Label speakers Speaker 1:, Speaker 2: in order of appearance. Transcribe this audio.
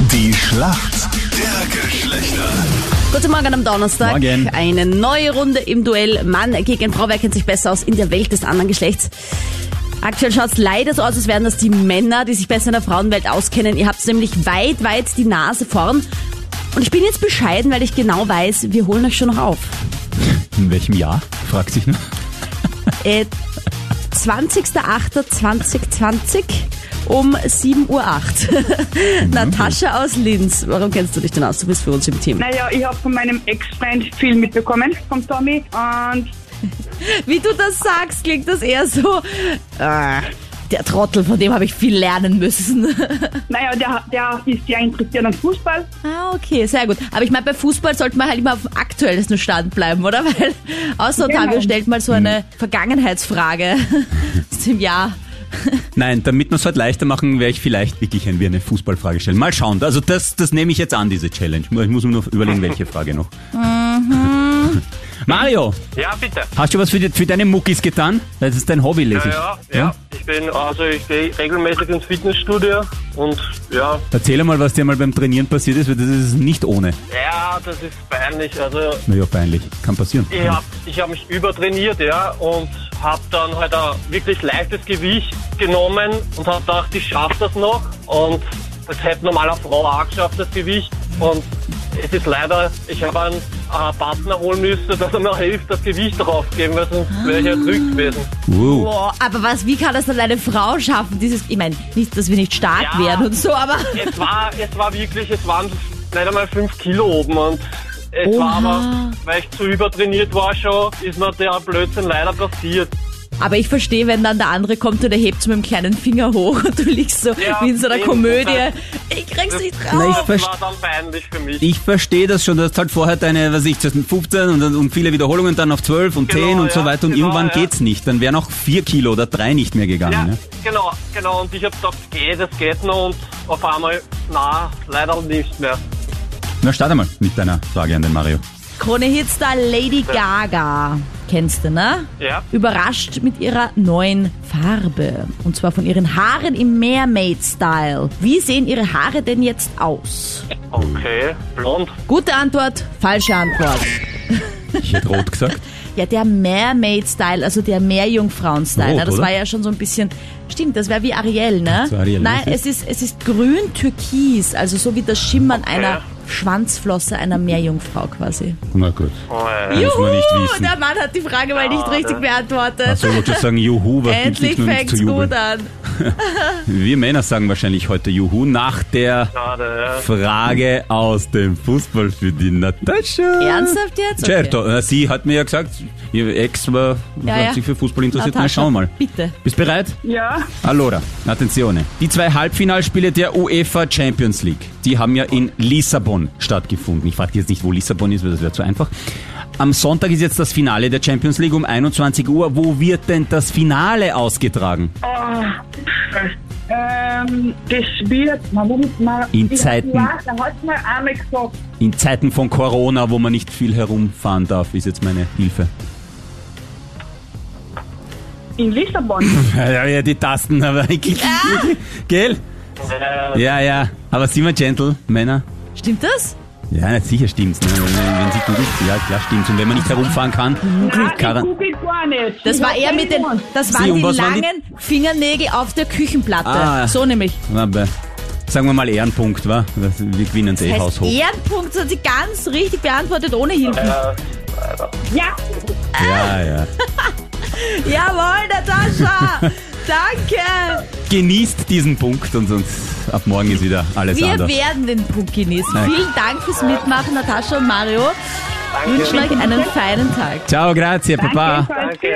Speaker 1: Die Schlacht der Geschlechter.
Speaker 2: Guten Morgen am Donnerstag.
Speaker 3: Morgen.
Speaker 2: Eine neue Runde im Duell. Mann gegen Frau, wer kennt sich besser aus in der Welt des anderen Geschlechts? Aktuell schaut es leider so aus, als wären das die Männer, die sich besser in der Frauenwelt auskennen. Ihr habt nämlich weit, weit die Nase vorn. Und ich bin jetzt bescheiden, weil ich genau weiß, wir holen euch schon noch auf.
Speaker 3: In welchem Jahr? Fragt sich nur.
Speaker 2: Äh, 20.08.2020 um 7.08 Uhr. Natascha aus Linz. Warum kennst du dich denn aus? Du bist für uns im Team.
Speaker 4: Naja, ich habe von meinem Ex-Freund viel mitbekommen, vom Tommy. Und
Speaker 2: Wie du das sagst, klingt das eher so. Äh, der Trottel, von dem habe ich viel lernen müssen.
Speaker 4: naja, der, der ist ja interessiert an Fußball.
Speaker 2: ah, okay, sehr gut. Aber ich meine, bei Fußball sollte man halt immer auf dem aktuellsten Stand bleiben, oder? Weil Außerunterhalb
Speaker 4: Genau.
Speaker 2: stellt mal so eine Vergangenheitsfrage aus dem Jahr.
Speaker 3: Nein, damit wir es halt leichter machen, werde ich vielleicht wirklich ein, wie eine Fußballfrage stellen. Mal schauen. Also das, das nehme ich jetzt an, diese Challenge. Ich muss mir noch überlegen, welche Frage noch.
Speaker 5: Mhm.
Speaker 3: Mario,
Speaker 5: Ja, bitte.
Speaker 3: hast du was für, die, für deine Muckis getan? Das ist dein Hobby, lese
Speaker 5: Ja,
Speaker 3: ich.
Speaker 5: ja, ja. Ich bin, also ich gehe regelmäßig ins Fitnessstudio und ja,
Speaker 3: Erzähl mal, was dir mal beim Trainieren passiert ist, weil das ist nicht ohne.
Speaker 5: ja, das ist peinlich. Also
Speaker 3: Naja, peinlich. Kann passieren.
Speaker 5: ich habe ich hab mich übertrainiert, ja, und habe dann halt ein wirklich leichtes Gewicht genommen und habe gedacht, ich schaffe das noch. Und das hätte normaler Frau auch geschafft, das Gewicht. Und es ist leider, ich habe einen äh, Partner holen müssen, dass er mir hilft, das Gewicht draufgeben, weil sonst wäre ich ja
Speaker 3: Ah.
Speaker 5: drückt gewesen.
Speaker 3: Wow.
Speaker 2: Boah, aber was, wie kann das dann eine Frau schaffen? Dieses, ich meine, nicht, dass wir nicht stark
Speaker 5: Ja.
Speaker 2: werden und so, aber.
Speaker 5: es war, es war wirklich, es waren nicht einmal fünf Kilo oben und es
Speaker 2: Oha.
Speaker 5: war aber, weil ich zu übertrainiert war schon, ist mir der Blödsinn leider passiert.
Speaker 2: Aber ich verstehe, wenn dann der andere kommt und er hebt so mit dem kleinen Finger hoch und du liegst so
Speaker 5: Ja,
Speaker 2: wie in so einer
Speaker 5: eben,
Speaker 2: Komödie.
Speaker 5: das-
Speaker 2: Ich krieg's nicht
Speaker 3: Na, ich
Speaker 2: drauf.
Speaker 5: Das
Speaker 3: verst-
Speaker 5: war dann peinlich für mich.
Speaker 3: Ich verstehe das schon, du hast halt vorher deine, was weiß ich, zuerst mit 15 und, dann- und viele Wiederholungen, dann auf 12 und 10
Speaker 5: Genau,
Speaker 3: und so
Speaker 5: ja.
Speaker 3: weiter und
Speaker 5: Genau,
Speaker 3: irgendwann
Speaker 5: ja.
Speaker 3: geht's nicht. Dann wären auch 4 Kilo oder 3 nicht mehr gegangen.
Speaker 5: ja,
Speaker 3: Ne?
Speaker 5: genau, genau. Und ich hab gedacht, geht, das geht noch und auf einmal, na, leider nicht mehr.
Speaker 3: Na, starte mal mit deiner Frage an den Mario.
Speaker 2: Krone Hitstar Lady Gaga. Kennst du, ne?
Speaker 5: Ja.
Speaker 2: Überrascht mit ihrer neuen Farbe. Und zwar von ihren Haaren im Mermaid-Style. Wie sehen ihre Haare denn jetzt aus?
Speaker 5: Okay, blond.
Speaker 2: Gute Antwort, falsche Antwort.
Speaker 3: Ich hätte rot gesagt.
Speaker 2: Ja, der Mermaid-Style, also der Meerjungfrauen-Style.
Speaker 3: Rot,
Speaker 2: ne? Das
Speaker 3: oder?
Speaker 2: war ja schon so ein bisschen. Stimmt, das wäre wie Ariel, ne?
Speaker 3: Das war Ariel,
Speaker 2: Nein,
Speaker 3: ne?
Speaker 2: es ist, es ist grün-türkis, also so wie das Schimmern einer Schwanzflosse einer Meerjungfrau quasi.
Speaker 3: Na gut.
Speaker 5: Äh,
Speaker 3: Muss man nicht wissen.
Speaker 2: der Mann hat die Frage mal nicht richtig beantwortet.
Speaker 3: Also ich wollte sagen, Juhu, was gibt's
Speaker 2: Endlich
Speaker 3: nicht nur zu
Speaker 2: fängt's
Speaker 3: jubeln.
Speaker 2: gut an.
Speaker 3: Wir Männer sagen wahrscheinlich heute Juhu nach der
Speaker 5: Schade,
Speaker 3: Frage aus dem Fußball für die Natascha.
Speaker 2: Ernsthaft jetzt? Okay.
Speaker 3: Certo, äh, sie hat mir ja gesagt, ihr Ex war,
Speaker 2: Ja,
Speaker 3: hat
Speaker 2: ja.
Speaker 3: sich für Fußball interessiert. Na,
Speaker 2: Natascha,
Speaker 3: schauen wir mal.
Speaker 2: Bitte.
Speaker 3: Bist bereit?
Speaker 4: Ja,
Speaker 3: Allora, attenzione. Die zwei Halbfinalspiele der UEFA Champions League, die haben ja in Lissabon stattgefunden. Ich frage jetzt nicht, wo Lissabon ist, weil das wäre zu einfach. Am Sonntag ist jetzt das Finale der Champions League um 21 Uhr. Wo wird denn das Finale ausgetragen?
Speaker 4: Ah. ähm, das wird, man muss mal.
Speaker 3: In
Speaker 4: Ich-
Speaker 3: Zeiten.
Speaker 4: Ja, da hat mal einmal gesagt,
Speaker 3: In Zeiten von Corona, wo man nicht viel herumfahren darf, ist jetzt meine Hilfe.
Speaker 4: in Lissabon.
Speaker 3: Ja, ja, die Tasten, aber Gell?
Speaker 5: ja. Äh,
Speaker 3: Ja, ja. Aber sind wir gentle, Männer?
Speaker 2: Stimmt das?
Speaker 3: Ja, sicher stimmt's. Ne? Wenn, wenn sie gut ist, ja klar stimmt's. Und wenn man nicht herumfahren kann,
Speaker 4: Nein, ich
Speaker 3: Karan-
Speaker 4: gucke gar nicht.
Speaker 2: Das
Speaker 4: Ich
Speaker 2: war
Speaker 4: hab
Speaker 2: eher mit den,
Speaker 4: keinen Mund.
Speaker 2: das
Speaker 3: Sie,
Speaker 2: waren
Speaker 3: und
Speaker 2: die
Speaker 3: was waren die-
Speaker 2: langen Fingernägel auf der Küchenplatte.
Speaker 3: Ah.
Speaker 2: So nämlich.
Speaker 3: Na, bei- sagen wir mal Ehrenpunkt, wa? Das- Wir gewinnen eh
Speaker 2: Heißt
Speaker 3: haushoch.
Speaker 2: Ehrenpunkt, das hat sie ganz richtig beantwortet, ohne Hilfe.
Speaker 4: Ja,
Speaker 3: Ja, Ah, ja.
Speaker 2: Jawohl, Natascha! Danke!
Speaker 3: Genießt diesen Punkt und, und ab morgen ist wieder alles
Speaker 2: Wir
Speaker 3: anders.
Speaker 2: werden den Punkt genießen.
Speaker 3: Nein.
Speaker 2: Vielen Dank fürs Mitmachen, Natascha und Mario.
Speaker 5: danke.
Speaker 2: Wünschen euch einen feinen Tag.
Speaker 3: Ciao, grazie,
Speaker 4: danke.
Speaker 3: Papa.
Speaker 4: Tschüss.